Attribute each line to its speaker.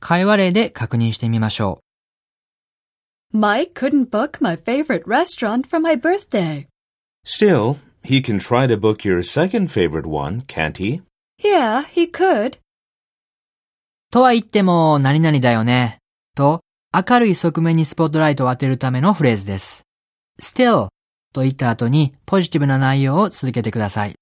Speaker 1: 会話例で確認してみましょ
Speaker 2: Mike couldn't book my favorite restaurant for my birthday.
Speaker 3: Still, he can try to book your second favorite one, can't he?
Speaker 2: Yeah, he could.
Speaker 1: う。とは言っても、何々だよね。と、明るい側面にスポットライトを当てるためのフレーズです。still と言った後にポジティブな内容を続けてください。